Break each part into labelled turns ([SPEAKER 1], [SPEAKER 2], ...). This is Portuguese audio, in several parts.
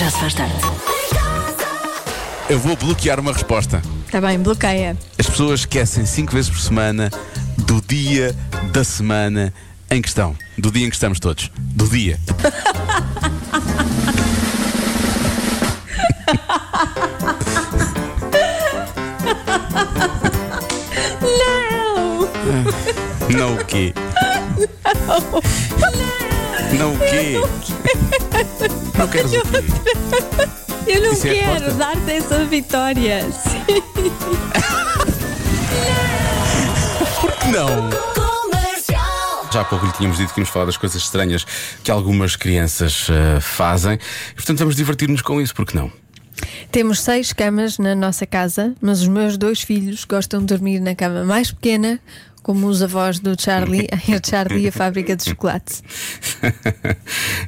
[SPEAKER 1] Já se faz tarde.
[SPEAKER 2] Eu vou bloquear uma resposta.
[SPEAKER 1] Está bem, bloqueia.
[SPEAKER 2] As pessoas esquecem cinco vezes por semana do dia da semana em questão. Do dia em que estamos todos. Do dia.
[SPEAKER 1] Não!
[SPEAKER 2] Não o quê? Não o quê? Não queres o quê?
[SPEAKER 1] Eu não
[SPEAKER 2] Isso é a
[SPEAKER 1] quero
[SPEAKER 2] resposta?
[SPEAKER 1] dar-te essa vitória. Sim.
[SPEAKER 2] Não! Já há pouco lhe tínhamos dito que íamos falar das coisas estranhas que algumas crianças eh, fazem. E, portanto, vamos divertir-nos com isso, porque não?
[SPEAKER 3] Temos seis camas na nossa casa, mas os meus dois filhos gostam de dormir na cama mais pequena, como os avós do Charlie, em o Charlie e a fábrica de chocolate.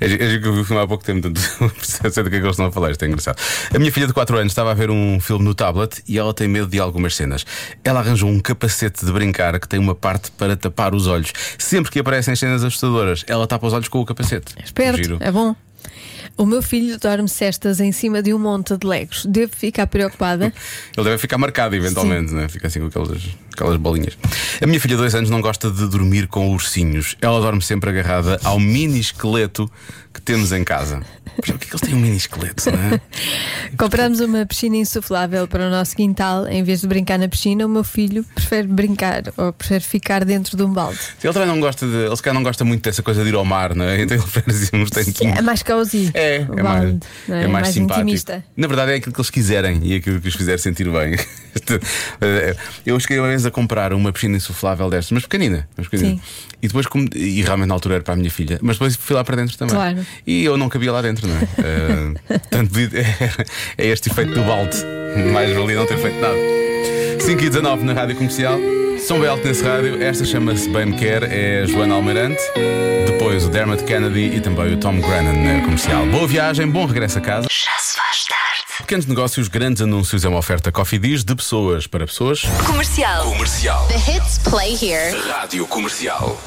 [SPEAKER 2] é giro- é giro que eu vi o filme há pouco tempo, portanto, sei do que é que eles estão a falar, isto é engraçado. A minha filha de 4 anos estava a ver um filme no tablet e ela tem medo de algumas cenas. Ela arranjou um capacete de brincar que tem uma parte para tapar os olhos. Sempre que aparecem cenas assustadoras, ela tapa os olhos com o capacete.
[SPEAKER 3] Esperto,
[SPEAKER 2] Giro.
[SPEAKER 3] é bom. O meu filho dorme cestas em cima de um monte de legos. Devo ficar preocupada?
[SPEAKER 2] Ele deve ficar marcado eventualmente, né? fica assim com aquelas, aquelas bolinhas. A minha filha de dois anos não gosta de dormir com ursinhos. Ela dorme sempre agarrada ao mini esqueleto que temos em casa. Por que é que eles têm um mini esqueleto, não é?
[SPEAKER 3] Compramos uma piscina insuflável para o nosso quintal. Em vez de brincar na piscina, o meu filho prefere brincar ou prefere ficar dentro de um balde.
[SPEAKER 2] Ele também não gosta de. Ele se calhar não gosta muito dessa coisa de ir ao mar, não é? Então ele prefere assim, uns tanquinhos.
[SPEAKER 3] É mais cozy.
[SPEAKER 2] É,
[SPEAKER 3] o
[SPEAKER 2] é mais,
[SPEAKER 3] balde, não
[SPEAKER 2] é mais simpático.
[SPEAKER 3] intimista.
[SPEAKER 2] Na verdade, é aquilo que eles quiserem e aquilo que os fizer sentir bem. Eh, eu cheguei uma vez a comprar uma piscina insuflável destas, mas pequenina. Mas pequenina.
[SPEAKER 3] Sim.
[SPEAKER 2] E depois, como- e realmente na altura era para a minha filha, mas depois fui lá para dentro também.
[SPEAKER 3] Claro.
[SPEAKER 2] é? E eu não cabia lá dentro, não é? Eh, portanto, é este efeito do balde. Mais valia não ter feito nada. 5 e 19 na rádio comercial. São bem alto nesse rádio. Esta chama-se Bem Me Quer, é Joana Almeirante. Depois o Dermot Kennedy e também o Tom Grennan na comercial. Boa viagem, bom regresso a casa.
[SPEAKER 1] Já se faz tarde.
[SPEAKER 2] Pequenos negócios, grandes anúncios é uma oferta Coffee Diz de pessoas para pessoas.
[SPEAKER 1] Comercial.
[SPEAKER 2] Comercial.
[SPEAKER 4] The hits play here.
[SPEAKER 2] Rádio Comercial.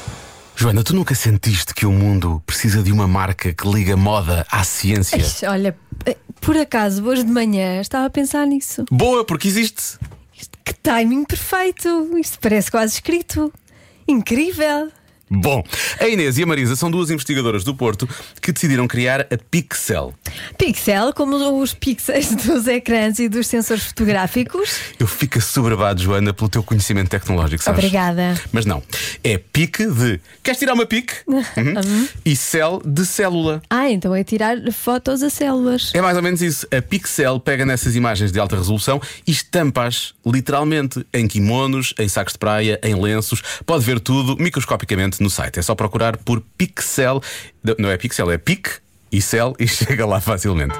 [SPEAKER 2] Joana, tu nunca sentiste que o mundo precisa de uma marca que liga moda à ciência?
[SPEAKER 3] Ixi, Olha, eh, por acaso, hoje de manhã estava a pensar nisso.
[SPEAKER 2] Boa, porque existe.
[SPEAKER 3] Isto, que timing perfeito! Isto parece quase escrito. Incrível!
[SPEAKER 2] Bom, a Inês e a Marisa são duas investigadoras do Porto que decidiram criar a Pixel.
[SPEAKER 3] Pixel, como os pixels dos ecrãs e dos sensores fotográficos.
[SPEAKER 2] Eu fico assoberbado, Joana, pelo teu conhecimento tecnológico, sabes?
[SPEAKER 3] Obrigada.
[SPEAKER 2] Mas não. É pique de. Queres tirar uma pique? Uhum. E cell de célula.
[SPEAKER 3] Ah, então é tirar fotos a células.
[SPEAKER 2] É mais ou menos isso. A Pixel pega nessas imagens de alta resolução e estampa-as literalmente em kimonos, em sacos de praia, em lenços. Pode ver tudo microscopicamente no site. É só procurar por Pixel. Não é Pixel, é Pic e Cell e chega lá facilmente.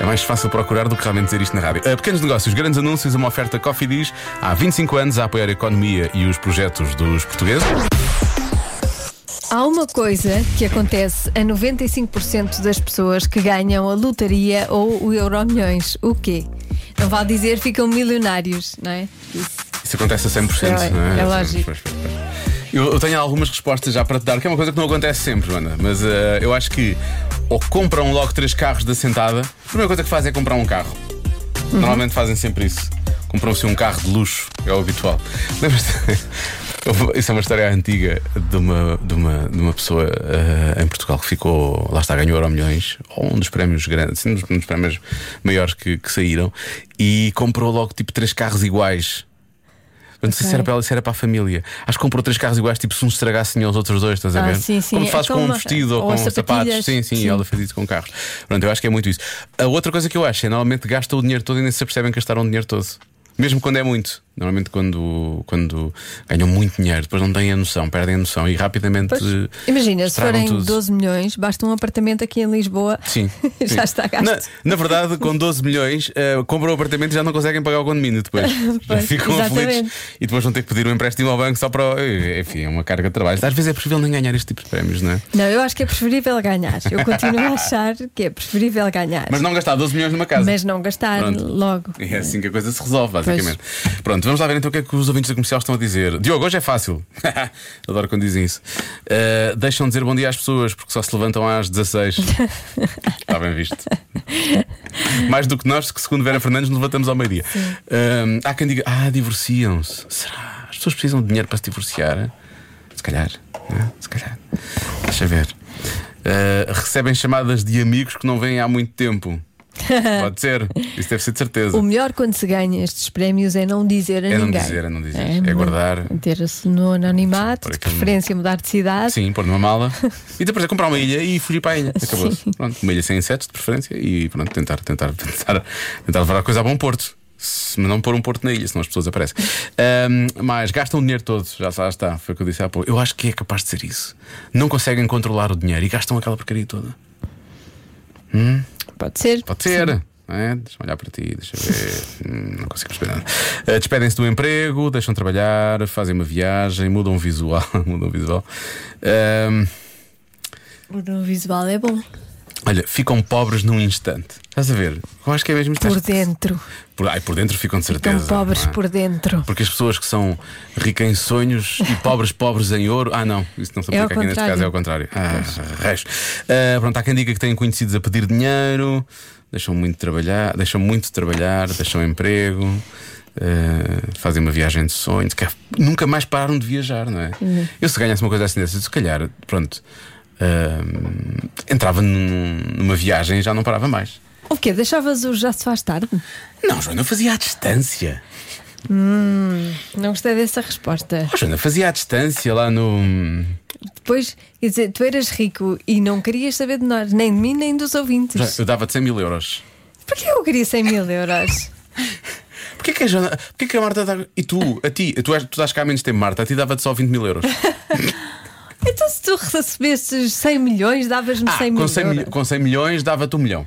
[SPEAKER 2] É mais fácil procurar do que realmente dizer isto na rádio. Uh, Pequenos negócios, grandes anúncios, uma oferta Coffee Diz há 25 anos a apoiar a economia e os projetos dos portugueses.
[SPEAKER 3] Há uma coisa que acontece a 95% das pessoas que ganham a lotaria ou o Euro Milhões. O quê? Não vale dizer ficam milionários, não é?
[SPEAKER 2] Isso acontece a 100%,
[SPEAKER 3] É,
[SPEAKER 2] não é?
[SPEAKER 3] é lógico.
[SPEAKER 2] Eu, eu tenho algumas respostas já para te dar, que é uma coisa que não acontece sempre, Joana. Mas eh, eu acho que ou compram logo três carros da sentada, a primeira coisa que fazem é comprar um carro. Uhum. Normalmente fazem sempre isso. Compram-se um carro de luxo, é o habitual. Lembras-te? Houve- Isso é uma história antiga de uma, de uma, de uma pessoa eh, em Portugal que ficou, lá está, ganhou Euro Milhões, ou um dos prémios grandes, sim, um dos, um dos prémios maiores que, que saíram, e comprou logo tipo três carros iguais. Mas Não sei se era para ela, se era para a família. Acho que comprou três carros iguais, tipo se um estragassem aos outros dois, estás a
[SPEAKER 3] Ah,
[SPEAKER 2] ver?
[SPEAKER 3] sim, sim.
[SPEAKER 2] Como faz
[SPEAKER 3] É
[SPEAKER 2] com um
[SPEAKER 3] como-
[SPEAKER 2] vestido ou,
[SPEAKER 3] ou
[SPEAKER 2] com
[SPEAKER 3] as
[SPEAKER 2] sapatos.
[SPEAKER 3] sapatilhas.
[SPEAKER 2] Sim, sim,
[SPEAKER 3] Sim.
[SPEAKER 2] ela fez isso com carros. Pronto, eu acho que é muito isso. A outra coisa que eu acho é normalmente gastam o dinheiro todo e nem se percebem que gastaram o dinheiro todo. Mesmo quando é muito. Normalmente quando, quando ganham muito dinheiro, depois não têm a noção, perdem a noção e rapidamente. eh,
[SPEAKER 3] Imagina, se
[SPEAKER 2] estragam
[SPEAKER 3] forem
[SPEAKER 2] tudo.
[SPEAKER 3] 12 milhões, basta um apartamento aqui em Lisboa.
[SPEAKER 2] Sim. sim.
[SPEAKER 3] Já está gasto.
[SPEAKER 2] Na, na verdade, com 12 milhões, eh, compram o apartamento e já não conseguem pagar o condomínio depois. Já
[SPEAKER 3] Pois,
[SPEAKER 2] ficam
[SPEAKER 3] exatamente.
[SPEAKER 2] aflitos e depois vão ter que pedir um empréstimo ao banco só para. o- Enfim, é uma carga de trabalho. Às vezes é possível nem ganhar este tipo de prémios, não é?
[SPEAKER 3] Não, eu acho que é preferível ganhar. Eu continuo a achar que é preferível ganhar.
[SPEAKER 2] Mas não gastar 12 milhões numa casa.
[SPEAKER 3] Mas não gastar
[SPEAKER 2] Pronto.
[SPEAKER 3] logo.
[SPEAKER 2] É assim que a coisa se resolve, basicamente. Pronto, vamos lá ver então o que é que os ouvintes da comercial estão a dizer. Diogo, hoje é fácil. Adoro quando dizem isso. Uh, deixam de dizer bom dia às pessoas porque só se levantam às 16. Está bem visto. Mais do que nós, que segundo Vera Fernandes, nos levantamos ao meio-dia. Um, há quem diga, ah, divorciam-se. Será? As pessoas precisam de dinheiro para se divorciar? Se calhar, né? se calhar. Deixa ver. Uh, recebem chamadas de amigos que não vêm há muito tempo. Pode ser, isso deve ser de certeza.
[SPEAKER 3] O melhor quando se ganha estes prémios é não dizer a
[SPEAKER 2] É não
[SPEAKER 3] ninguém.
[SPEAKER 2] dizer, é não dizer. É guardar.
[SPEAKER 3] Manter-se no anonimato,
[SPEAKER 2] Por
[SPEAKER 3] de
[SPEAKER 2] aquilo-
[SPEAKER 3] preferência mudar de cidade.
[SPEAKER 2] Sim, pôr numa mala e depois é comprar uma ilha e fugir para a ilha. Acabou-se. Pronto, uma ilha sem insetos, de preferência, e pronto, tentar, tentar, tentar, tentar levar a coisa a bom porto. Se não pôr um porto na ilha, senão as pessoas aparecem. Ahm, mas gastam o dinheiro todo, já lá está, foi o que eu disse há pouco. Eu acho que é capaz de ser isso. Não conseguem controlar o dinheiro e gastam aquela porcaria toda.
[SPEAKER 3] Pode ser.
[SPEAKER 2] Pode ser. não É? Deixa-me olhar para ti, deixa eu ver. Hum, Não consigo perceber nada. Eh, Despedem-se do emprego, deixam de trabalhar, fazem uma viagem, mudam o visual. mudam o visual. Hum, Ahm,
[SPEAKER 3] O no visual é bom.
[SPEAKER 2] olha, ficam pobres num instante. Estás a ver? Eu acho que é mesmo isto.
[SPEAKER 3] Por dentro.
[SPEAKER 2] Por, ai, por dentro ficam de certeza.
[SPEAKER 3] Tão pobres
[SPEAKER 2] não é?
[SPEAKER 3] por dentro.
[SPEAKER 2] Porque as pessoas que são ricas em sonhos e pobres, pobres em ouro. Ah, não, isso não se
[SPEAKER 3] É ao
[SPEAKER 2] aplica aqui neste
[SPEAKER 3] contrário.
[SPEAKER 2] caso, é ao contrário. Ah, raios. Ah, pronto, há quem diga que têm conhecidos a pedir dinheiro, deixam muito de trabalhar, deixam muito de trabalhar, deixam emprego. ah, fazem uma viagem de sonho, que nunca mais pararam de viajar, não é? Eu se ganhasse uma coisa assim dessas, se calhar, pronto, ah, entrava num- numa viagem e já não parava mais.
[SPEAKER 3] O quê? Deixavas o já se faz tarde?
[SPEAKER 2] Não, Joana, eu fazia à distância.
[SPEAKER 3] Não gostei dessa resposta.
[SPEAKER 2] Oh, Joana, fazia à distância lá no.
[SPEAKER 3] Depois, quer dizer, tu eras rico e não querias saber de nós, nem de mim, nem dos
[SPEAKER 2] Já,
[SPEAKER 3] ouvintes.
[SPEAKER 2] Eu dava-te 100 mil euros.
[SPEAKER 3] Porquê eu queria 100 mil euros?
[SPEAKER 2] Porquê que a, Joana, porquê que a Marta dá. E tu, a ti, tu, és, tu estás cá há menos tempo, Marta, a ti dava-te só 20 mil euros.
[SPEAKER 3] Então, se tu recebesses 100 milhões, davas-me 100 mil
[SPEAKER 2] Ah, com, 100
[SPEAKER 3] euros.
[SPEAKER 2] mil- com 100 milhões dava-te um milhão.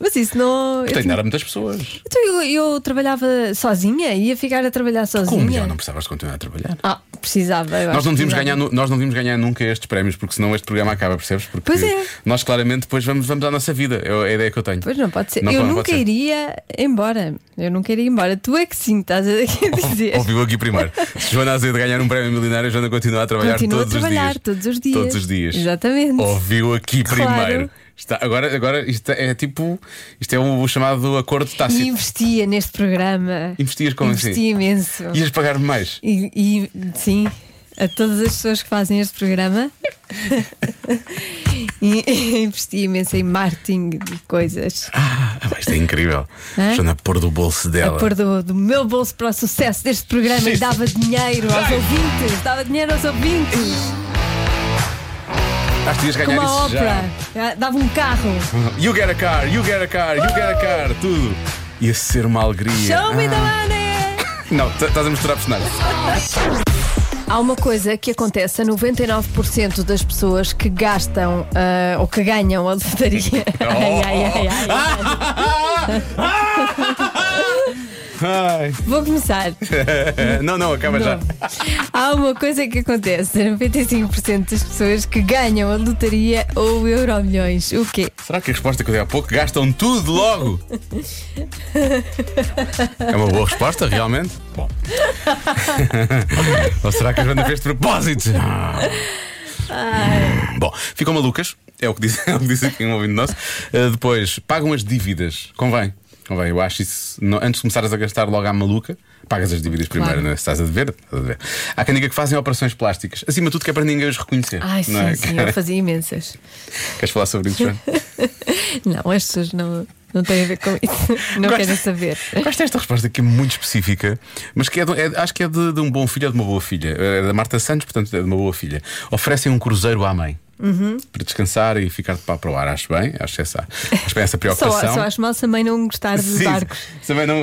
[SPEAKER 3] Mas isso não. Eu,
[SPEAKER 2] Portanto,
[SPEAKER 3] tinha-
[SPEAKER 2] era muitas pessoas.
[SPEAKER 3] então, eu, eu trabalhava sozinha, ia ficar a trabalhar
[SPEAKER 2] Com um
[SPEAKER 3] sozinha.
[SPEAKER 2] milhão não precisavas de continuar a trabalhar.
[SPEAKER 3] Ah, precisava. eu
[SPEAKER 2] Nós
[SPEAKER 3] acho
[SPEAKER 2] não,
[SPEAKER 3] que
[SPEAKER 2] devíamos
[SPEAKER 3] precisava.
[SPEAKER 2] ganhar, nu- nós não devíamos ganhar nunca estes prémios, porque senão este programa acaba, percebes? Porque
[SPEAKER 3] Pois é.
[SPEAKER 2] nós claramente depois vamos, vamos à nossa vida. É a ideia que eu tenho.
[SPEAKER 3] Pois não pode ser.
[SPEAKER 2] Não
[SPEAKER 3] eu
[SPEAKER 2] pode- não
[SPEAKER 3] nunca
[SPEAKER 2] pode ser.
[SPEAKER 3] iria embora. Eu nunca iria embora. Tu é que sim, estás aqui a dizer.
[SPEAKER 2] Ouviu aqui primeiro. Se Joana Azevedo ganhar um prémio milionário, Joana continua a trabalhar,
[SPEAKER 3] Continua a
[SPEAKER 2] todos,
[SPEAKER 3] trabalhar
[SPEAKER 2] os dias.
[SPEAKER 3] todos os dias.
[SPEAKER 2] Todos os dias.
[SPEAKER 3] Exatamente.
[SPEAKER 2] Ouviu aqui
[SPEAKER 3] Claro.
[SPEAKER 2] primeiro. Está, agora, agora isto é tipo. Isto é o, chamado acordo
[SPEAKER 3] E
[SPEAKER 2] tácito.
[SPEAKER 3] investia neste programa.
[SPEAKER 2] Investias assim- como
[SPEAKER 3] Investi
[SPEAKER 2] assim?
[SPEAKER 3] imenso.
[SPEAKER 2] Ias pagar-me mais.
[SPEAKER 3] E, e, sim, a todas as pessoas que fazem este programa. E- e investi imenso em marketing de coisas.
[SPEAKER 2] Ah, mas isto é incrível.
[SPEAKER 3] Hã?
[SPEAKER 2] Joana pôr do bolso
[SPEAKER 3] A
[SPEAKER 2] dela.
[SPEAKER 3] pôr do, do meu bolso para o sucesso deste programa e
[SPEAKER 2] Sim.
[SPEAKER 3] dava dinheiro aos
[SPEAKER 2] Ai.
[SPEAKER 3] ouvintes. Dava dinheiro aos ouvintes.
[SPEAKER 2] Acho que ias
[SPEAKER 3] Como
[SPEAKER 2] ganhar
[SPEAKER 3] a
[SPEAKER 2] isso
[SPEAKER 3] ópera. Dava um carro.
[SPEAKER 2] já. You get a car, you get a car, you get a car, tudo. Ia ser uma alegria.
[SPEAKER 3] Show me the
[SPEAKER 2] Ah.
[SPEAKER 3] money!
[SPEAKER 2] Não, t- estás a misturar personagens.
[SPEAKER 3] Há uma coisa que acontece a 99% das pessoas que gastam ah, ou que ganham a lotaria. Ai, ai, ai, ai, ai.
[SPEAKER 2] Ai.
[SPEAKER 3] Vou começar.
[SPEAKER 2] Não, não, acaba já.
[SPEAKER 3] Há uma coisa que acontece a 95% das pessoas que ganham a lotaria ou o euro milhões. O quê?
[SPEAKER 2] Será que a resposta que eu dei há pouco gastam tudo logo? é uma boa resposta, realmente? Bom. Ou será que a Joana fez de propósito? Bom, ficam malucas, é o que disse, é o que disse aqui um ouvinte nosso. Uh, depois, pagam as dívidas, convém. Convém, eu acho isso. não- antes de começares a gastar logo à maluca, pagas as dívidas
[SPEAKER 3] Claro.
[SPEAKER 2] primeiro, não é? Se estás a dever, estás a dever. Há quem diga que fazem operações plásticas. Acima de tudo, que é para ninguém os reconhecer.
[SPEAKER 3] Ai, sim,
[SPEAKER 2] não é?
[SPEAKER 3] sim, eu fazia imensas.
[SPEAKER 2] Queres falar sobre isso, Joana?
[SPEAKER 3] Não, as pessoas não, não têm a ver com isso. Não
[SPEAKER 2] Gosto-
[SPEAKER 3] querem saber.
[SPEAKER 2] Gosto desta resposta que é muito específica, mas que é, de- é- acho que é de, de um bom filho ou de uma boa filha. É da Marta Santos, portanto, é de uma boa filha. Oferecem um cruzeiro à mãe.
[SPEAKER 3] Uhum.
[SPEAKER 2] Para descansar e ficar de pá para o ar, acho bem, acho essa, acho bem essa
[SPEAKER 3] Só,
[SPEAKER 2] preocupação.
[SPEAKER 3] só acho mal se a mãe não gostar de
[SPEAKER 2] Sim,
[SPEAKER 3] barcos.
[SPEAKER 2] Também não.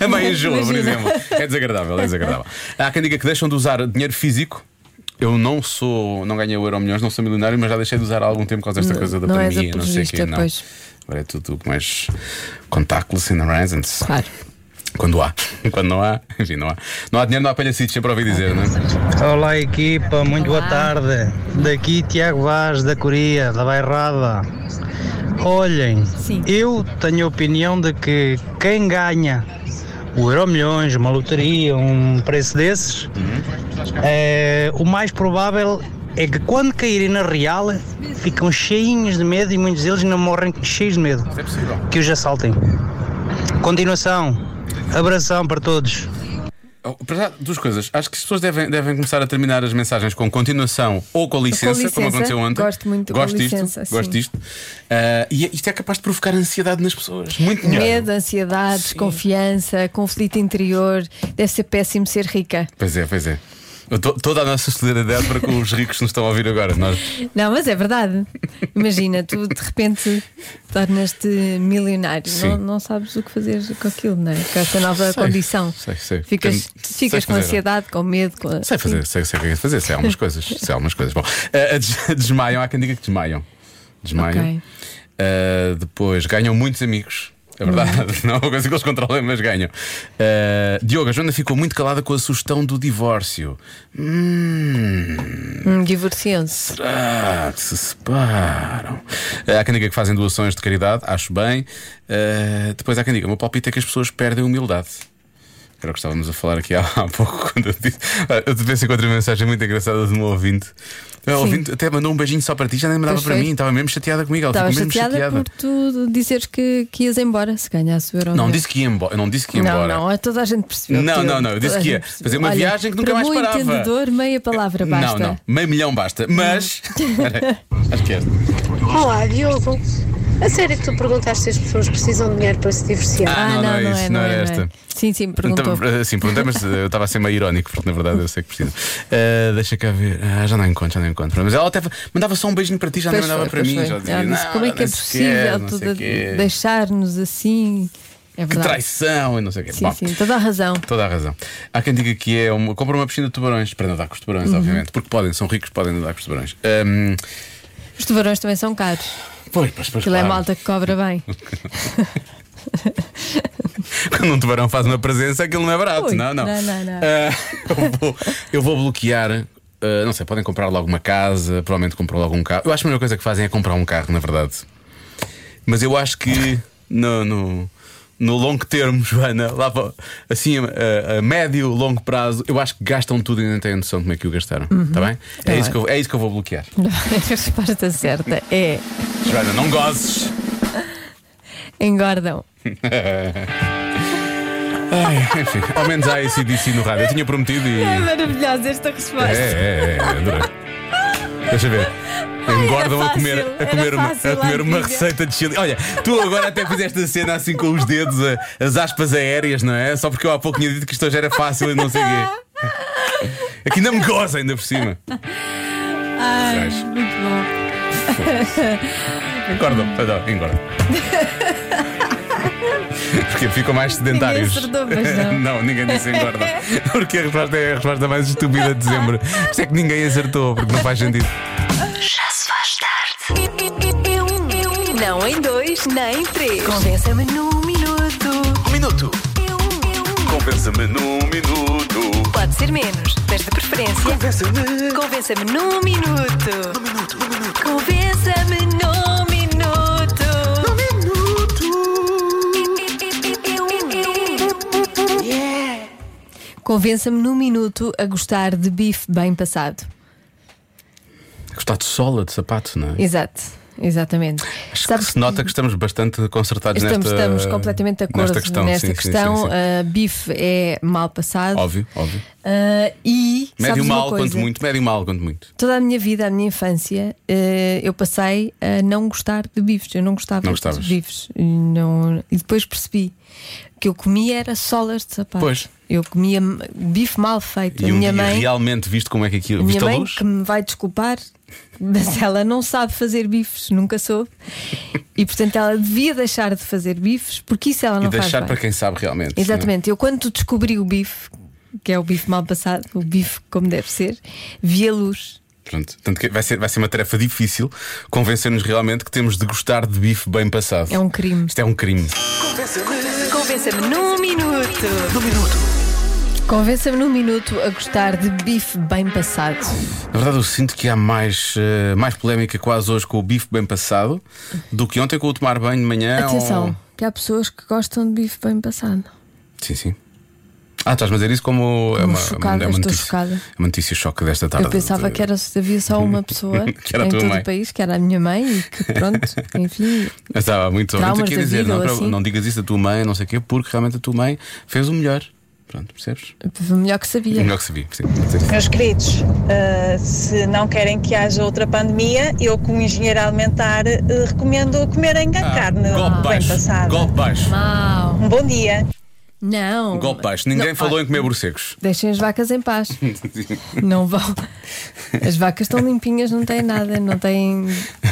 [SPEAKER 2] A mãe enjoa, por
[SPEAKER 3] Imagina.
[SPEAKER 2] exemplo. É desagradável, é desagradável. Há quem diga que deixam de usar dinheiro físico. Eu não sou, não ganhei o euro milhões, não sou milionário, mas já deixei de usar há algum tempo por causa desta
[SPEAKER 3] Não-
[SPEAKER 2] coisa da
[SPEAKER 3] não és
[SPEAKER 2] pandemia, não sei o quê,
[SPEAKER 3] apologista,
[SPEAKER 2] não.
[SPEAKER 3] pois.
[SPEAKER 2] Agora é tudo mais contactless in the horizons.
[SPEAKER 3] Claro.
[SPEAKER 2] Quando há. Quando não há, enfim, não há. Não há dinheiro, não há palhacitos, sempre ouvi dizer, não é?
[SPEAKER 4] Olá equipa, muito
[SPEAKER 3] Olá.
[SPEAKER 4] boa tarde. Daqui Tiago Vaz da Coria, da Bairrada. Olhem,
[SPEAKER 3] Sim.
[SPEAKER 4] eu tenho a opinião de que quem ganha o Euro Milhões, uma lotaria, um preço desses, eh, o mais provável é que quando caírem na real ficam cheinhos de medo e muitos deles não morrem cheios de medo.
[SPEAKER 2] É possível.
[SPEAKER 4] Que os assaltem. Continuação. Abração para todos.
[SPEAKER 2] Oh, Para já, duas coisas. Acho que as pessoas devem, devem começar a terminar as mensagens com continuação ou com licença, como
[SPEAKER 3] licença.
[SPEAKER 2] aconteceu ontem.
[SPEAKER 3] Gosto muito com
[SPEAKER 2] gosto disto,
[SPEAKER 3] licença, sim.
[SPEAKER 2] Gosto disto. Ah, e isto é capaz de provocar ansiedade nas pessoas. Muito melhor.
[SPEAKER 3] Medo, ansiedade, desconfiança, conflito interior. Deve ser péssimo ser rica.
[SPEAKER 2] Pois é, pois é. Eu to- toda a nossa solidariedade para com os ricos que nos estão a ouvir agora. Nós,
[SPEAKER 3] Não, mas é verdade. Imagina, tu de repente tornas-te milionário.
[SPEAKER 2] Sim.
[SPEAKER 3] Não, não sabes o que fazer com aquilo, não é? Com essa nova
[SPEAKER 2] Sei,
[SPEAKER 3] condição.
[SPEAKER 2] sei, sei.
[SPEAKER 3] Ficas,
[SPEAKER 2] Tenho-
[SPEAKER 3] ficas
[SPEAKER 2] sei
[SPEAKER 3] com
[SPEAKER 2] fazer. é?
[SPEAKER 3] ansiedade, com medo. Com...
[SPEAKER 2] sei fazer, sei, sei o que é que fazer, sei algumas coisas. Sei algumas coisas. Bom, ah, ah, des- desmaiam, há quem diga que desmaiam. Desmaiam.
[SPEAKER 3] Ok.
[SPEAKER 2] Ah, depois ganham muitos amigos. É verdade,
[SPEAKER 3] Hum.
[SPEAKER 2] não é uma coisa que eles controlem, mas ganham. Ah, Diogo, a Joana ficou muito calada com a sugestão do divórcio. Hum,
[SPEAKER 3] Hum, Divorciam-se.
[SPEAKER 2] será que se separam? Ah, há quem diga que fazem doações de caridade, acho bem. Ah, depois há quem diga, o meu palpite é que as pessoas perdem a humildade. Que Era o que estávamos a falar aqui há, há pouco quando eu disse. Ah, Eu de vez em quando uma mensagem muito engraçada de um ouvinte. O ouvinte até mandou um beijinho só para ti, já nem mandava
[SPEAKER 3] Pois
[SPEAKER 2] para
[SPEAKER 3] foi.
[SPEAKER 2] mim, estava mesmo chateada comigo. Ela
[SPEAKER 3] Estava
[SPEAKER 2] ficou mesmo
[SPEAKER 3] chateada,
[SPEAKER 2] chateada.
[SPEAKER 3] por tu dizeres que, que ias embora se ganhasse o euro.
[SPEAKER 2] Não, disse que ia embora. Eu não disse que ia
[SPEAKER 3] não,
[SPEAKER 2] embora.
[SPEAKER 3] não, é toda a gente percebeu.
[SPEAKER 2] Não,
[SPEAKER 3] Pedro,
[SPEAKER 2] não, não, eu disse
[SPEAKER 3] toda a
[SPEAKER 2] que ia
[SPEAKER 3] gente percebeu.
[SPEAKER 2] fazer uma
[SPEAKER 3] Olha,
[SPEAKER 2] viagem que nunca
[SPEAKER 3] para
[SPEAKER 2] mais
[SPEAKER 3] muito
[SPEAKER 2] parava.
[SPEAKER 3] entendedor, meia palavra basta. Hum.
[SPEAKER 2] Não, não. Meio milhão basta. Mas. Espera aí, Acho que é esta.
[SPEAKER 5] Olá, Diogo. A sério que tu perguntaste se as pessoas precisam de dinheiro para se divorciar?
[SPEAKER 2] Ah, não, não é isso, não era esta.
[SPEAKER 3] Sim, sim, perguntou.
[SPEAKER 2] Então, eh, Sim, perguntei, mas eh, eu estava a ser meio irónico, porque na verdade eu sei que precisa. Eh, deixa cá ver. Ah, já não encontro, já não encontro. Mas ela até mandava só um beijinho para ti, já
[SPEAKER 3] Pois
[SPEAKER 2] não mandava
[SPEAKER 3] foi,
[SPEAKER 2] para
[SPEAKER 3] pois
[SPEAKER 2] mim.
[SPEAKER 3] foi.
[SPEAKER 2] Já dizia,
[SPEAKER 3] Ela disse,
[SPEAKER 2] "Não,
[SPEAKER 3] como é que é
[SPEAKER 2] nem sequer,
[SPEAKER 3] possível
[SPEAKER 2] não
[SPEAKER 3] tu
[SPEAKER 2] sei
[SPEAKER 3] de-
[SPEAKER 2] quê.
[SPEAKER 3] deixar-nos assim? É
[SPEAKER 2] Que
[SPEAKER 3] verdade.
[SPEAKER 2] traição e não sei o quê.
[SPEAKER 3] sim,
[SPEAKER 2] Bom,
[SPEAKER 3] sim, toda a razão.
[SPEAKER 2] Toda a razão. Há quem diga que é uma. Compra uma piscina de tubarões para nadar com os tubarões, obviamente. Porque podem, são ricos, podem nadar com os tubarões. Ahm,
[SPEAKER 3] Os tubarões também são caros.
[SPEAKER 2] pois, pois, pois.
[SPEAKER 3] Aquilo é
[SPEAKER 2] claro.
[SPEAKER 3] malta que cobra bem.
[SPEAKER 2] Quando um tubarão faz uma presença, aquilo não é barato.
[SPEAKER 3] Ui,
[SPEAKER 2] não, não.
[SPEAKER 3] não, não, não.
[SPEAKER 2] Ah, eu, vou, eu vou bloquear. ah, não sei, podem comprar logo uma casa, provavelmente compram logo um carro. Eu acho que a melhor coisa que fazem é comprar um carro, na verdade. Mas eu acho que no, no, no longo termo, Joana, lá para- assim, a, a médio, longo prazo, eu acho que gastam tudo e nem têm noção de como é que o gastaram. Está bem? é, isso
[SPEAKER 3] Uhum. Tá bem.
[SPEAKER 2] que eu, é isso que eu vou bloquear.
[SPEAKER 3] é A resposta certa é
[SPEAKER 2] Joana, não gozes.
[SPEAKER 3] engordam.
[SPEAKER 2] Ai, enfim, ao menos há esse DC no rádio. Eu tinha prometido e.
[SPEAKER 3] É maravilhosa esta resposta.
[SPEAKER 2] É, é, é, adorei. Deixa ver. Engordam a
[SPEAKER 3] fácil,
[SPEAKER 2] comer, a
[SPEAKER 3] era
[SPEAKER 2] comer, uma,
[SPEAKER 3] fácil,
[SPEAKER 2] a comer uma
[SPEAKER 3] Antiga.
[SPEAKER 2] receita de chili. Olha, tu agora até fizeste a cena assim com os dedos, a- as aspas aéreas, não é? Só porque eu há pouco tinha dito que isto hoje era fácil e não sei o quê. Aqui ainda me goza, ainda por cima.
[SPEAKER 3] Ai,
[SPEAKER 2] Sabes?
[SPEAKER 3] muito bom.
[SPEAKER 2] Engordam, adoro, engordam. Porque ficam mais sedentários.
[SPEAKER 3] Ninguém acertou, mas não.
[SPEAKER 2] ninguém disse engordam. Porque a resposta é a resposta mais estúpida de dezembro. Por isso é que ninguém acertou, porque não faz sentido.
[SPEAKER 1] Já se faz tarde. Não em dois, nem em três. Convença-me num minuto. Um minuto.
[SPEAKER 2] Convença-me num minuto.
[SPEAKER 1] Pode ser menos, mas de preferência.
[SPEAKER 6] Convença-me
[SPEAKER 1] Convença-me num minuto.
[SPEAKER 6] num minuto, num minuto,
[SPEAKER 1] Convença-me num
[SPEAKER 6] num
[SPEAKER 1] minuto.
[SPEAKER 6] minuto.
[SPEAKER 3] Convença-me num minuto a gostar de bife bem passado.
[SPEAKER 2] Gostar de sola de sapato, não é?
[SPEAKER 3] Exato, exatamente.
[SPEAKER 2] Acho que
[SPEAKER 3] Sabes
[SPEAKER 2] se nota que estamos bastante concertados
[SPEAKER 3] Estamos,
[SPEAKER 2] nesta
[SPEAKER 3] estamos completamente de acordo
[SPEAKER 2] nesta questão. sim, sim,
[SPEAKER 3] questão,
[SPEAKER 2] sim, sim.
[SPEAKER 3] ah, bife é mal passado.
[SPEAKER 2] Óbvio, óbvio.
[SPEAKER 3] Ah, e sabes
[SPEAKER 2] Médio
[SPEAKER 3] uma
[SPEAKER 2] mal,
[SPEAKER 3] coisa?
[SPEAKER 2] quanto muito, médio mal, quanto muito.
[SPEAKER 3] Toda a minha vida, a minha infância, eh, eu passei a não gostar de bifes. Eu não gostava
[SPEAKER 2] Não
[SPEAKER 3] de
[SPEAKER 2] gostavas.
[SPEAKER 3] bifes. E não- E depois percebi que eu comia era solas de sapato.
[SPEAKER 2] Pois.
[SPEAKER 3] Eu comia m- bife mal feito.
[SPEAKER 2] E
[SPEAKER 3] a
[SPEAKER 2] um
[SPEAKER 3] minha
[SPEAKER 2] dia
[SPEAKER 3] mãe,
[SPEAKER 2] realmente visto como é que aquilo.
[SPEAKER 3] a minha
[SPEAKER 2] Viste a
[SPEAKER 3] mãe
[SPEAKER 2] luz?
[SPEAKER 3] que me vai desculpar, mas ela não sabe fazer bifes, nunca soube. E portanto ela devia deixar de fazer bifes, porque isso ela não
[SPEAKER 2] E deixar
[SPEAKER 3] faz. bem.
[SPEAKER 2] para quem sabe realmente. não é?
[SPEAKER 3] Exatamente. Eu quando descobri o bife, que é o bife mal passado, o bife como deve ser, vi a luz.
[SPEAKER 2] Pronto. Portanto, que vai ser, vai ser uma tarefa difícil convencer-nos realmente que temos de gostar de bife bem passado.
[SPEAKER 3] É um crime.
[SPEAKER 2] Isto é um crime.
[SPEAKER 6] Convença-me
[SPEAKER 1] Convença-me num minuto.
[SPEAKER 6] num minuto.
[SPEAKER 3] Convença-me num minuto a gostar de bife bem passado.
[SPEAKER 2] Na verdade, eu sinto que há mais, eh, mais polémica quase hoje com o bife bem passado do É que ontem com o tomar banho de manhã. ou-
[SPEAKER 3] Atenção, que há pessoas que gostam de bife bem passado.
[SPEAKER 2] Sim, sim. Ah, estás a dizer isso como. É uma,
[SPEAKER 7] chocada,
[SPEAKER 2] é uma
[SPEAKER 7] estou
[SPEAKER 2] notícia,
[SPEAKER 7] chocada.
[SPEAKER 2] É uma notícia choque desta tarde.
[SPEAKER 7] Eu pensava que era, havia só uma pessoa
[SPEAKER 2] Que era a
[SPEAKER 7] em
[SPEAKER 2] tua
[SPEAKER 7] todo
[SPEAKER 2] mãe.
[SPEAKER 7] o país, que era a minha mãe, e que pronto, enfim,
[SPEAKER 2] Eu Estava muito
[SPEAKER 7] Traumas
[SPEAKER 2] muito aqui a
[SPEAKER 7] da
[SPEAKER 2] dizer,
[SPEAKER 7] vida
[SPEAKER 2] não,
[SPEAKER 7] ou
[SPEAKER 2] para-
[SPEAKER 7] assim?
[SPEAKER 2] não digas isso da tua mãe, não sei o quê, porque realmente a tua mãe fez o melhor. Pronto, percebes?
[SPEAKER 7] o melhor que
[SPEAKER 2] O
[SPEAKER 7] sabia.
[SPEAKER 2] melhor que se vi. Sim, pode ser.
[SPEAKER 8] Meus queridos, ah, se não querem que haja outra pandemia, eu, como engenheira alimentar, eh, recomendo comerem
[SPEAKER 2] Ah,
[SPEAKER 8] a carne
[SPEAKER 2] golpe
[SPEAKER 8] bem
[SPEAKER 2] baixo.
[SPEAKER 8] passada.
[SPEAKER 2] Golpe baixo.
[SPEAKER 3] Mau.
[SPEAKER 8] Um bom dia.
[SPEAKER 3] Não.
[SPEAKER 2] Um Golpe baixo. Ninguém
[SPEAKER 3] Não, ah,
[SPEAKER 2] falou
[SPEAKER 3] olha,
[SPEAKER 2] em comer morcegos.
[SPEAKER 3] Deixem as vacas em paz. não vão. As vacas estão limpinhas, não têm nada, não têm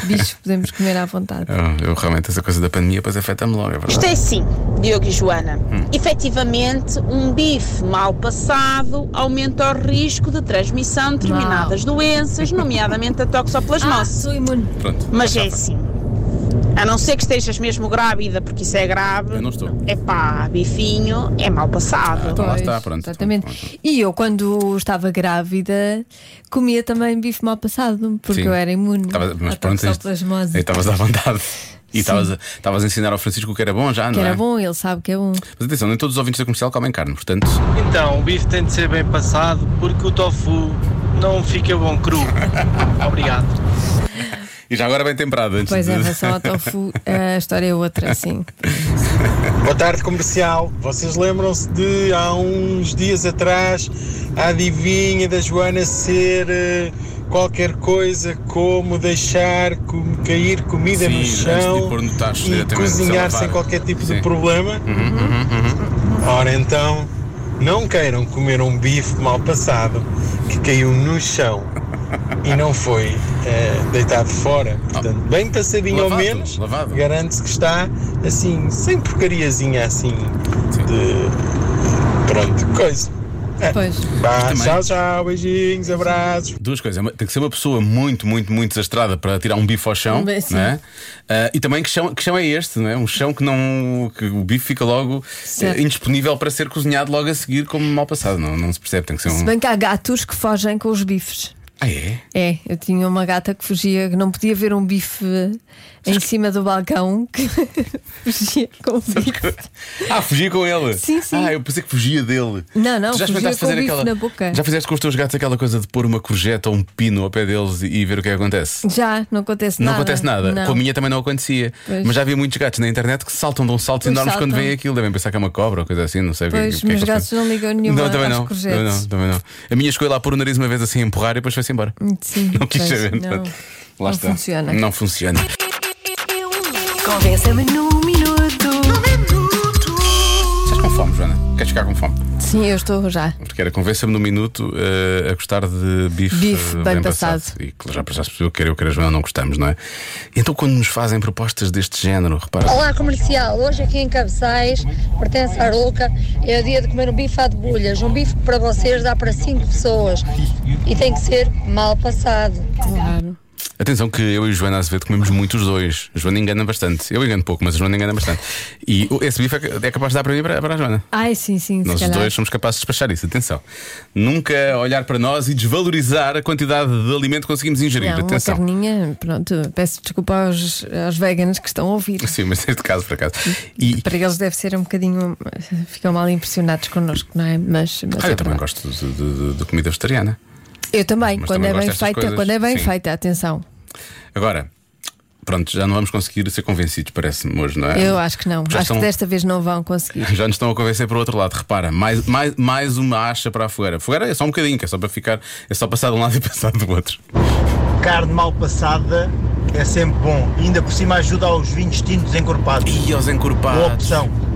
[SPEAKER 3] bicho, podemos comer à vontade.
[SPEAKER 2] Ah, Eu, realmente, essa coisa da pandemia, pois afeta-me logo, é
[SPEAKER 9] Isto
[SPEAKER 2] verdade.
[SPEAKER 9] é sim, Diogo e Joana. Efetivamente, um bife mal passado aumenta o risco de transmissão de determinadas doenças, nomeadamente a
[SPEAKER 3] Ah,
[SPEAKER 9] toxoplasmose.
[SPEAKER 3] sou imune.
[SPEAKER 2] Pronto.
[SPEAKER 9] Mas
[SPEAKER 2] já
[SPEAKER 9] é
[SPEAKER 2] está.
[SPEAKER 9] assim. A não ser que estejas mesmo grávida, porque isso é grave.
[SPEAKER 2] Eu não estou.
[SPEAKER 9] É pá, bifinho é mal passado.
[SPEAKER 2] Então lá
[SPEAKER 3] Pois,
[SPEAKER 2] está, pronto.
[SPEAKER 3] Exatamente.
[SPEAKER 2] Pronto, pronto.
[SPEAKER 3] E eu, quando estava grávida, comia também bife mal passado, porque
[SPEAKER 2] Sim.
[SPEAKER 3] eu era imune.
[SPEAKER 2] Tava- mas
[SPEAKER 3] à
[SPEAKER 2] pronto, isto- é
[SPEAKER 3] toxoplasmose.
[SPEAKER 2] aí estavas à vontade. E
[SPEAKER 3] Sim.
[SPEAKER 2] estavas a- estavas a ensinar ao Francisco o que era bom já,
[SPEAKER 3] Que
[SPEAKER 2] não
[SPEAKER 3] era
[SPEAKER 2] é?
[SPEAKER 3] bom, ele sabe que é bom.
[SPEAKER 2] Mas atenção, nem todos os ouvintes da comercial comem carne, portanto.
[SPEAKER 4] Então, o bife tem de ser bem passado porque o tofu não fica bom cru. Obrigado.
[SPEAKER 2] E já agora bem temperado antes
[SPEAKER 3] Pois
[SPEAKER 2] de.
[SPEAKER 3] é, em relação ao tofu, a história é outra, sim.
[SPEAKER 10] Boa tarde, comercial. Vocês lembram-se de há uns dias atrás a adivinha da Joana ser eh, qualquer coisa como deixar com- cair comida
[SPEAKER 2] Sim,
[SPEAKER 10] no
[SPEAKER 2] antes de
[SPEAKER 10] chão
[SPEAKER 2] pôr no tacho
[SPEAKER 10] e
[SPEAKER 2] diretamente,
[SPEAKER 10] cozinhar
[SPEAKER 2] sem lavar.
[SPEAKER 10] sem qualquer tipo
[SPEAKER 2] Sim. Uhum,
[SPEAKER 10] de problema? Ora então, não queiram comer um bife mal passado que caiu no chão e não foi eh, deitado fora. Portanto, bem passadinho ao
[SPEAKER 2] Lavado,
[SPEAKER 10] menos,
[SPEAKER 2] lavado.
[SPEAKER 10] garante-se que está assim, sem porcariazinha assim
[SPEAKER 2] Sim.
[SPEAKER 10] de. Pronto, coisa.
[SPEAKER 3] Pois.
[SPEAKER 2] Então,
[SPEAKER 10] Vá,
[SPEAKER 2] também.
[SPEAKER 10] tchau, tchau, beijinhos, abraços.
[SPEAKER 2] Duas coisas, é uma- tem que ser uma pessoa muito, muito, muito desastrada para tirar um bife ao chão.
[SPEAKER 3] Bem, sim.
[SPEAKER 2] não é? Ah, e também que chão, que chão é este, não é? Um chão que não. que o bife fica logo
[SPEAKER 3] Certo.
[SPEAKER 2] eh, indisponível para ser cozinhado logo a seguir, como mal passado. Não, não se percebe, tem que ser
[SPEAKER 3] Se
[SPEAKER 2] um.
[SPEAKER 3] bem que há gatos que fogem com os bifes.
[SPEAKER 2] Ah, é?
[SPEAKER 3] É, eu tinha uma gata que fugia, que não podia ver um bife em cima do balcão, que fugia com o bife.
[SPEAKER 2] Ah, fugia com ele.
[SPEAKER 3] Sim, sim.
[SPEAKER 2] Ah, eu pensei que fugia dele.
[SPEAKER 3] Não, não,
[SPEAKER 2] Tu já
[SPEAKER 3] fugia
[SPEAKER 2] experimentaste
[SPEAKER 3] com o
[SPEAKER 2] fazer
[SPEAKER 3] bife
[SPEAKER 2] aquela.
[SPEAKER 3] na boca.
[SPEAKER 2] Já fizeste com os teus gatos aquela coisa de pôr uma corjeta ou um pino ao pé deles e, e ver o que é que acontece?
[SPEAKER 3] Já, não acontece
[SPEAKER 2] Não
[SPEAKER 3] nada.
[SPEAKER 2] acontece nada.
[SPEAKER 3] Não.
[SPEAKER 2] Com a minha também não acontecia.
[SPEAKER 3] Pois.
[SPEAKER 2] Mas já havia muitos gatos na internet que saltam, dão saltos
[SPEAKER 3] Pois
[SPEAKER 2] enormes quando
[SPEAKER 3] saltam.
[SPEAKER 2] veem aquilo. Devem pensar que é uma cobra ou coisa assim, não sei o que-
[SPEAKER 3] Pois,
[SPEAKER 2] o que é que
[SPEAKER 3] meus
[SPEAKER 2] eles
[SPEAKER 3] gatos
[SPEAKER 2] pensam.
[SPEAKER 3] não ligam nenhuma
[SPEAKER 2] Não, também
[SPEAKER 3] aos
[SPEAKER 2] não.
[SPEAKER 3] corjetes.
[SPEAKER 2] Também não, também não. A minha chegou lá a pôr o nariz uma vez assim, a empurrar e depois foi-se embora.
[SPEAKER 3] Sim,
[SPEAKER 2] Não quis
[SPEAKER 3] pois,
[SPEAKER 2] saber.
[SPEAKER 3] não.
[SPEAKER 2] Lá
[SPEAKER 3] Não
[SPEAKER 2] está.
[SPEAKER 3] funciona.
[SPEAKER 2] Não funciona.
[SPEAKER 1] Convença-me num minuto.
[SPEAKER 2] Estás com fome, Joana? Queres ficar com fome?
[SPEAKER 3] Sim, eu estou já.
[SPEAKER 2] Porque era convença-me no minuto eh, a gostar de bife,
[SPEAKER 3] Bife
[SPEAKER 2] eh,
[SPEAKER 3] bem passado.
[SPEAKER 2] E que já, já se percebeu, quer eu, quer a Joana, não gostamos, não é? Então quando nos fazem propostas deste género, repara.
[SPEAKER 11] Olá, comercial. Hoje aqui em Cabeçais, pertence à Aroca, é o dia de comer um bife à de bolhas. Um bife que para vocês dá para cinco pessoas e tem que ser mal passado.
[SPEAKER 3] Claro.
[SPEAKER 2] Atenção que eu e a Joana Azevedo comemos muito os dois. A Joana engana bastante. Eu engano pouco, mas a Joana engana bastante. E o- esse bife é é capaz de dar para mim e para, para a Joana.
[SPEAKER 3] Ai, sim, sim,
[SPEAKER 2] Nós
[SPEAKER 3] se
[SPEAKER 2] os
[SPEAKER 3] calhar.
[SPEAKER 2] dois somos capazes de despachar isso, atenção. Nunca olhar para nós e desvalorizar a quantidade de alimento que conseguimos ingerir.
[SPEAKER 3] Não, uma
[SPEAKER 2] atenção.
[SPEAKER 3] carninha, pronto, peço desculpa aos, aos veganos que estão a ouvir.
[SPEAKER 2] Sim, mas neste caso, por acaso. E,
[SPEAKER 3] Para eles deve ser um bocadinho. Ficam mal impressionados connosco, não é? Mas, mas
[SPEAKER 2] Ah,
[SPEAKER 3] é
[SPEAKER 2] eu também
[SPEAKER 3] verdade.
[SPEAKER 2] gosto de, de- de- de comida vegetariana.
[SPEAKER 3] Eu também,
[SPEAKER 2] Mas
[SPEAKER 3] quando
[SPEAKER 2] também
[SPEAKER 3] é
[SPEAKER 2] gosto
[SPEAKER 3] bem
[SPEAKER 2] destas
[SPEAKER 3] feita,
[SPEAKER 2] coisas,
[SPEAKER 3] quando é bem
[SPEAKER 2] sim.
[SPEAKER 3] feita, atenção.
[SPEAKER 2] Agora, pronto, já não vamos conseguir ser convencidos, parece-me hoje, não é?
[SPEAKER 3] Eu acho que não.
[SPEAKER 2] Já,
[SPEAKER 3] acho
[SPEAKER 2] estão-
[SPEAKER 3] que desta vez não vão conseguir.
[SPEAKER 2] já nos estão a convencer para o outro lado. Repara, mais, mais, mais uma acha para a fogueira. Fogueira é só um bocadinho, que é só para ficar, é só passar de um lado e passar do outro.
[SPEAKER 10] Carne mal passada é sempre bom. Ainda por cima ajuda aos vinhos tintos encorpados.
[SPEAKER 2] E aos encorpados.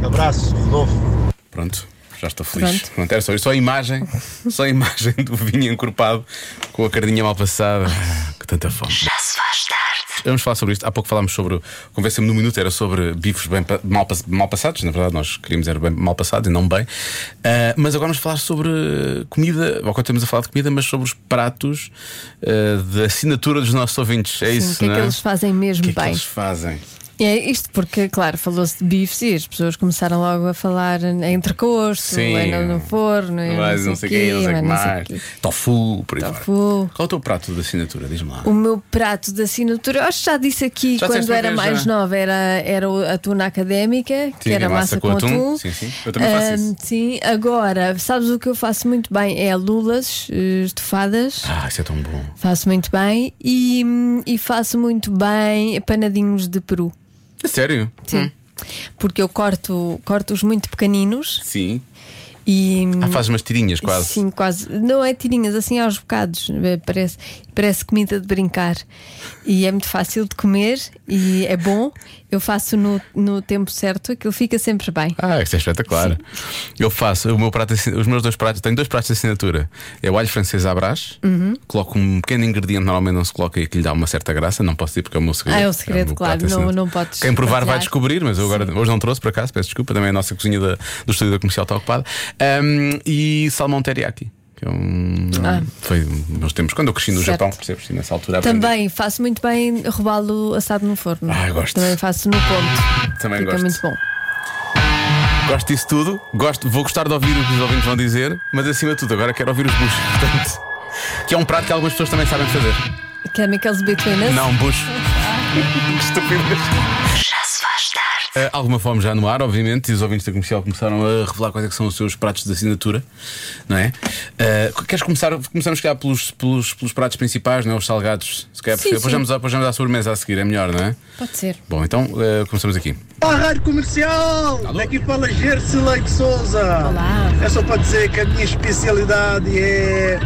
[SPEAKER 10] Abraço, Rodolfo.
[SPEAKER 2] Pronto, já estou feliz. Pronto. era só, isso, só a imagem, só a imagem do vinho encorpado com a carninha mal passada. Ah, Que tanta fome. Já se faz tarde. Vamos falar sobre isto. Há pouco falámos sobre. Convença-me no minuto, era sobre bifes bem, pa- mal, pas- mal passados. Na verdade, nós queríamos era bem, mal passados e não bem. Ah, mas agora vamos falar sobre comida. Ou quando estamos a falar de comida, mas sobre os pratos ah, da assinatura dos nossos ouvintes. É
[SPEAKER 3] Sim,
[SPEAKER 2] isso,
[SPEAKER 3] o que é
[SPEAKER 2] não
[SPEAKER 3] que eles fazem mesmo
[SPEAKER 2] O que é que
[SPEAKER 3] bem?
[SPEAKER 2] eles fazem?
[SPEAKER 3] É isto porque, claro, falou-se de bifes e as pessoas começaram logo a falar em entrecosto,
[SPEAKER 2] Sim.
[SPEAKER 3] em no, no forno, é em
[SPEAKER 2] Mas não sei o quê, não sei o que
[SPEAKER 3] mas
[SPEAKER 2] mais. Tofu, por aí
[SPEAKER 3] Tofu.
[SPEAKER 2] fora. Qual é o teu prato de assinatura? Diz-me lá.
[SPEAKER 3] O meu prato de assinatura, eu acho que já disse aqui
[SPEAKER 2] Já disseste
[SPEAKER 3] quando
[SPEAKER 2] uma
[SPEAKER 3] era
[SPEAKER 2] vez,
[SPEAKER 3] mais
[SPEAKER 2] já.
[SPEAKER 3] nova, era, era o atum na académica, que
[SPEAKER 2] Tinha
[SPEAKER 3] era massa, com atum.
[SPEAKER 2] Sim, sim. Eu também faço
[SPEAKER 3] Ahm,
[SPEAKER 2] isso.
[SPEAKER 3] Sim, agora, sabes o que eu faço muito bem? É lulas eh, estofadas.
[SPEAKER 2] Ah, isso é tão bom.
[SPEAKER 3] Faço muito bem e, hum, e faço muito bem panadinhos de peru.
[SPEAKER 2] É sério?
[SPEAKER 3] Sim. Porque eu corto, corto-os muito pequeninos
[SPEAKER 2] Sim.
[SPEAKER 3] e. hum,
[SPEAKER 2] Ah, faz umas tirinhas quase.
[SPEAKER 3] Sim, quase. Não é tirinhas, assim aos bocados. eh, Parece, parece comida de brincar. E é muito fácil de comer e é bom. Eu faço no, no tempo certo, aquilo fica sempre bem.
[SPEAKER 2] Ah, isso é espetacular. Eu faço o meu prato, de assi- os meus dois pratos, tenho dois pratos de assinatura. É o alho francês à brás.
[SPEAKER 3] Uhum.
[SPEAKER 2] Coloco um pequeno ingrediente, normalmente não se coloca e que lhe dá uma certa graça. Não posso dizer porque é o meu segredo.
[SPEAKER 3] Ah, é o
[SPEAKER 2] meu
[SPEAKER 3] segredo, claro,
[SPEAKER 2] prato de
[SPEAKER 3] não-
[SPEAKER 2] assinatura.
[SPEAKER 3] não podes
[SPEAKER 2] Quem provar vai
[SPEAKER 3] partilhar.
[SPEAKER 2] descobrir, mas eu agora hoje não trouxe para acaso, peço desculpa. Também é a nossa cozinha da- do estúdio da comercial está ocupada. Ahm, e salmão teriyaki. Que é um.
[SPEAKER 3] Ah.
[SPEAKER 2] Foi meus tempos. Quando eu cresci no
[SPEAKER 3] Certo.
[SPEAKER 2] Japão, percebes? Nessa altura aprendi.
[SPEAKER 3] Também faço muito bem robalo assado no forno.
[SPEAKER 2] Ah, eu gosto.
[SPEAKER 3] Também faço no ponto.
[SPEAKER 2] Também
[SPEAKER 3] Fica
[SPEAKER 2] gosto.
[SPEAKER 3] muito bom.
[SPEAKER 2] Gosto disso tudo, gosto, vou gostar de ouvir o que os ouvintes vão dizer, mas acima de tudo, agora quero ouvir os buchos. Portanto, que é um prato que algumas pessoas também sabem fazer.
[SPEAKER 3] Chemicals between us.
[SPEAKER 2] Não, bucho. Estúpidas.
[SPEAKER 12] Já se faz tarde.
[SPEAKER 2] Ah, alguma fome já no ar, obviamente, e os ouvintes da comercial começaram a revelar quais é que são os seus pratos de assinatura, não é? Ah, queres começar? Começamos, se calhar, pelos, pelos, pelos pratos principais, não é? Os salgados, se calhar,
[SPEAKER 3] Sim,
[SPEAKER 2] porque depois
[SPEAKER 3] sim.
[SPEAKER 2] vamos, à- depois vamos à sobremesa a seguir, é melhor, não é?
[SPEAKER 3] Pode ser.
[SPEAKER 2] Bom, então ah, começamos aqui.
[SPEAKER 10] Olá, Tá, Rádio Comercial! Daqui fala Gerce Leite Souza. Olá! É só para dizer que a minha especialidade é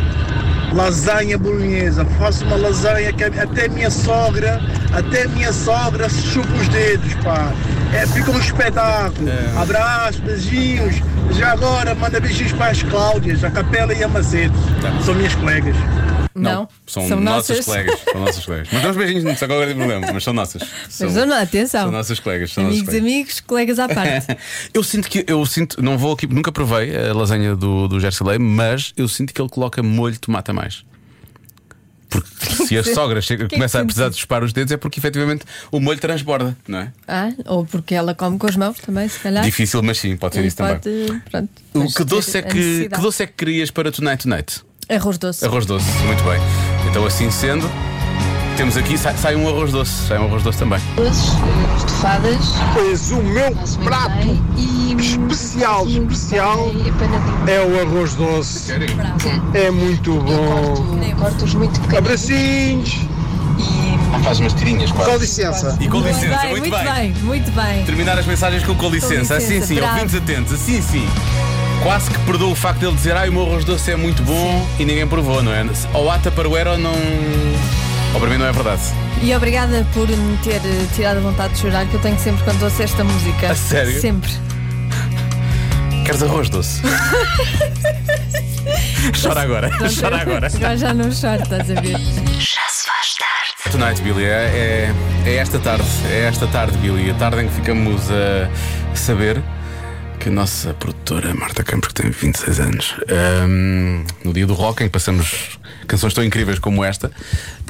[SPEAKER 10] lasanha bolonhesa. Faço uma lasanha que até a minha sogra, até a minha sogra se chupa os dedos, pá. É, fica um espetáculo. Abraço, beijinhos. Já agora, manda beijinhos para as Cláudias, a Capela e a Macedo. São minhas colegas.
[SPEAKER 3] Não,
[SPEAKER 2] São,
[SPEAKER 3] são
[SPEAKER 2] nossas,
[SPEAKER 3] nossas.
[SPEAKER 2] colegas. São nossas colegas. Mas damos beijinhos, não sei qual é o problema, mas são nossas. São,
[SPEAKER 3] Mas não, não, atenção.
[SPEAKER 2] são nossas colegas. São
[SPEAKER 3] amigos,
[SPEAKER 2] nossas colegas.
[SPEAKER 3] amigos, colegas à parte.
[SPEAKER 2] eu sinto que eu sinto, não vou aqui, nunca provei a lasanha do, do Gersilei, mas eu sinto que ele coloca molho de tomate a mais. Porque se a sogra chega,
[SPEAKER 3] Que é que
[SPEAKER 2] começa a
[SPEAKER 3] sente
[SPEAKER 2] precisar de chupar os dedos, é porque efetivamente o molho transborda, não é?
[SPEAKER 3] Ah, ou porque ela come com as mãos também, se calhar.
[SPEAKER 2] Difícil, mas sim, pode ser
[SPEAKER 3] E
[SPEAKER 2] isso também.
[SPEAKER 3] Ah. pode, pronto,
[SPEAKER 2] O
[SPEAKER 3] mas
[SPEAKER 2] que doce,
[SPEAKER 3] ter
[SPEAKER 2] é
[SPEAKER 3] a
[SPEAKER 2] que, que
[SPEAKER 3] necessidade.
[SPEAKER 2] doce é que querias para Tonight Tonight?
[SPEAKER 3] Arroz doce.
[SPEAKER 2] Arroz doce, muito bem. Então, assim sendo, temos aqui, sai, sai um arroz doce, sai um arroz doce também.
[SPEAKER 13] estofadas.
[SPEAKER 10] Pois o meu prato especial, especial é o arroz doce. É muito bom. Cortos muito Abracinhos.
[SPEAKER 2] Faz umas tirinhas quase.
[SPEAKER 10] Com licença.
[SPEAKER 2] E com licença,
[SPEAKER 3] bem,
[SPEAKER 2] muito,
[SPEAKER 3] muito
[SPEAKER 2] bem.
[SPEAKER 3] bem. muito bem.
[SPEAKER 2] Terminar as mensagens com com licença,
[SPEAKER 3] licença,
[SPEAKER 2] assim sim,
[SPEAKER 3] bravo.
[SPEAKER 2] ouvintes atentos, assim sim. Quase que perdoa o facto dele dizer, ai o meu arroz doce é muito bom e ninguém provou, não é? Ou ata para o era ou não. Ou para mim não é verdade.
[SPEAKER 3] E obrigada por me ter eh, tirado a vontade de chorar que eu tenho sempre quando ouço esta música.
[SPEAKER 2] A sério?
[SPEAKER 3] Sempre.
[SPEAKER 2] Queres arroz doce? Chora agora,
[SPEAKER 3] Pronto,
[SPEAKER 2] chora
[SPEAKER 3] eu-
[SPEAKER 2] agora.
[SPEAKER 3] Agora já não choro, estás a ver? Já se faz tarde.
[SPEAKER 2] Tonight, Billy, é, é, é esta tarde, é esta tarde, Billy, a tarde em que ficamos a saber que a nossa produtora Marta Campos, que tem 26 anos, ahm, no dia do rock, em que passamos canções tão incríveis como esta,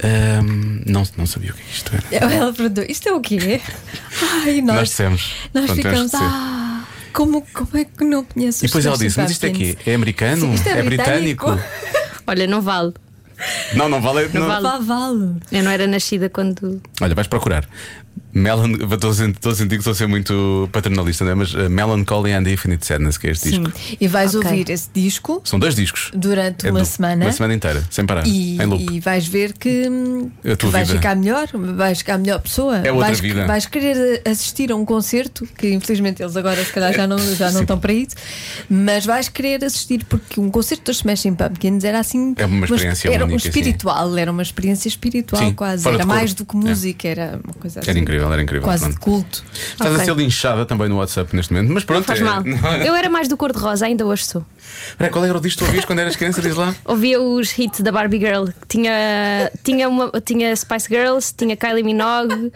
[SPEAKER 2] ahm, não, não sabia o que isto era.
[SPEAKER 3] Ela perguntou: isto é o quê? Ai, nós,
[SPEAKER 2] Nós dissemos.
[SPEAKER 3] nós
[SPEAKER 2] Pronto, temos
[SPEAKER 3] ficamos.
[SPEAKER 2] de dizer.
[SPEAKER 3] Ah, como, como é que não conheço os
[SPEAKER 2] E depois ela
[SPEAKER 3] Smashing
[SPEAKER 2] disse: Mas isto é
[SPEAKER 3] Pumpkins?"
[SPEAKER 2] quê? É americano?
[SPEAKER 3] Sim, isto é
[SPEAKER 2] britânico?
[SPEAKER 14] Olha, não vale.
[SPEAKER 2] Não, não vale.
[SPEAKER 14] Não,
[SPEAKER 2] não-
[SPEAKER 14] vale. Eu não era nascida quando.
[SPEAKER 2] Olha, vais procurar. Melan... Estou a sen- estou a sentir que estou a ser muito paternalista, não é? Mas eh, Melancholy and Infinite Sadness, que é este disco.
[SPEAKER 3] Sim. E vais ouvir esse disco
[SPEAKER 2] São dois discos.
[SPEAKER 3] durante
[SPEAKER 2] É
[SPEAKER 3] uma
[SPEAKER 2] do-
[SPEAKER 3] semana.
[SPEAKER 2] Uma semana inteira, sem parar.
[SPEAKER 3] E,
[SPEAKER 2] em loop. É
[SPEAKER 3] e vais ver que, hum,
[SPEAKER 2] A tua
[SPEAKER 3] vais
[SPEAKER 2] vida.
[SPEAKER 3] ficar melhor, vais ficar melhor pessoa.
[SPEAKER 2] É outra
[SPEAKER 3] vais,
[SPEAKER 2] vida.
[SPEAKER 3] vais querer assistir a um concerto, que infelizmente eles agora se calhar já não, já não
[SPEAKER 2] Sim.
[SPEAKER 3] estão para isso, mas vais querer assistir porque um concerto dos Smashing Pumpkins era assim.
[SPEAKER 2] É uma experiência
[SPEAKER 3] era um
[SPEAKER 2] única, sim.
[SPEAKER 3] espiritual, era uma experiência espiritual
[SPEAKER 2] Sim,
[SPEAKER 3] quase.
[SPEAKER 2] fora
[SPEAKER 3] Era
[SPEAKER 2] de cor.
[SPEAKER 3] mais do que
[SPEAKER 2] É.
[SPEAKER 3] música, era uma coisa assim.
[SPEAKER 2] Era incrível, era incrível.
[SPEAKER 3] Quase de
[SPEAKER 2] pronto.
[SPEAKER 3] culto.
[SPEAKER 2] Estás a ser linchada também no WhatsApp neste momento, mas pronto.
[SPEAKER 14] Faz
[SPEAKER 2] é-
[SPEAKER 14] mal. Eu era mais do cor-de-rosa, ainda hoje sou.
[SPEAKER 2] Espera, Qual era o disco que tu ouvias quando eras criança? Diz lá.
[SPEAKER 14] Ouvia os hits da Barbie Girl. que Tinha, tinha, uma, tinha Spice Girls, tinha Kylie Minogue,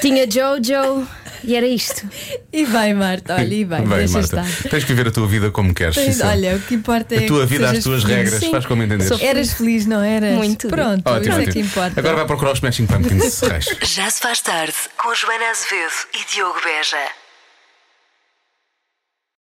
[SPEAKER 14] tinha Jojo. E era isto.
[SPEAKER 3] e vai, Marta, olha, e vai.
[SPEAKER 2] Bem,
[SPEAKER 3] deixa
[SPEAKER 2] Marta,
[SPEAKER 3] estar.
[SPEAKER 2] tens que viver a tua vida como queres.
[SPEAKER 3] Tens-
[SPEAKER 2] Sim, sim.
[SPEAKER 3] olha, o que importa é
[SPEAKER 2] a tua
[SPEAKER 3] que
[SPEAKER 2] vida, as
[SPEAKER 3] sejas
[SPEAKER 2] tuas
[SPEAKER 3] feliz.
[SPEAKER 2] regras,
[SPEAKER 3] Sim.
[SPEAKER 2] faz como entenderes.
[SPEAKER 3] Eras feliz, não eras?
[SPEAKER 14] Muito.
[SPEAKER 3] Pronto,
[SPEAKER 2] Ótimo,
[SPEAKER 3] isso é
[SPEAKER 2] ótimo.
[SPEAKER 3] que importa.
[SPEAKER 2] Agora vai procurar os Smashing Pumpkins. Reis.
[SPEAKER 1] Já se faz tarde com Joana Azevedo e Diogo Beja.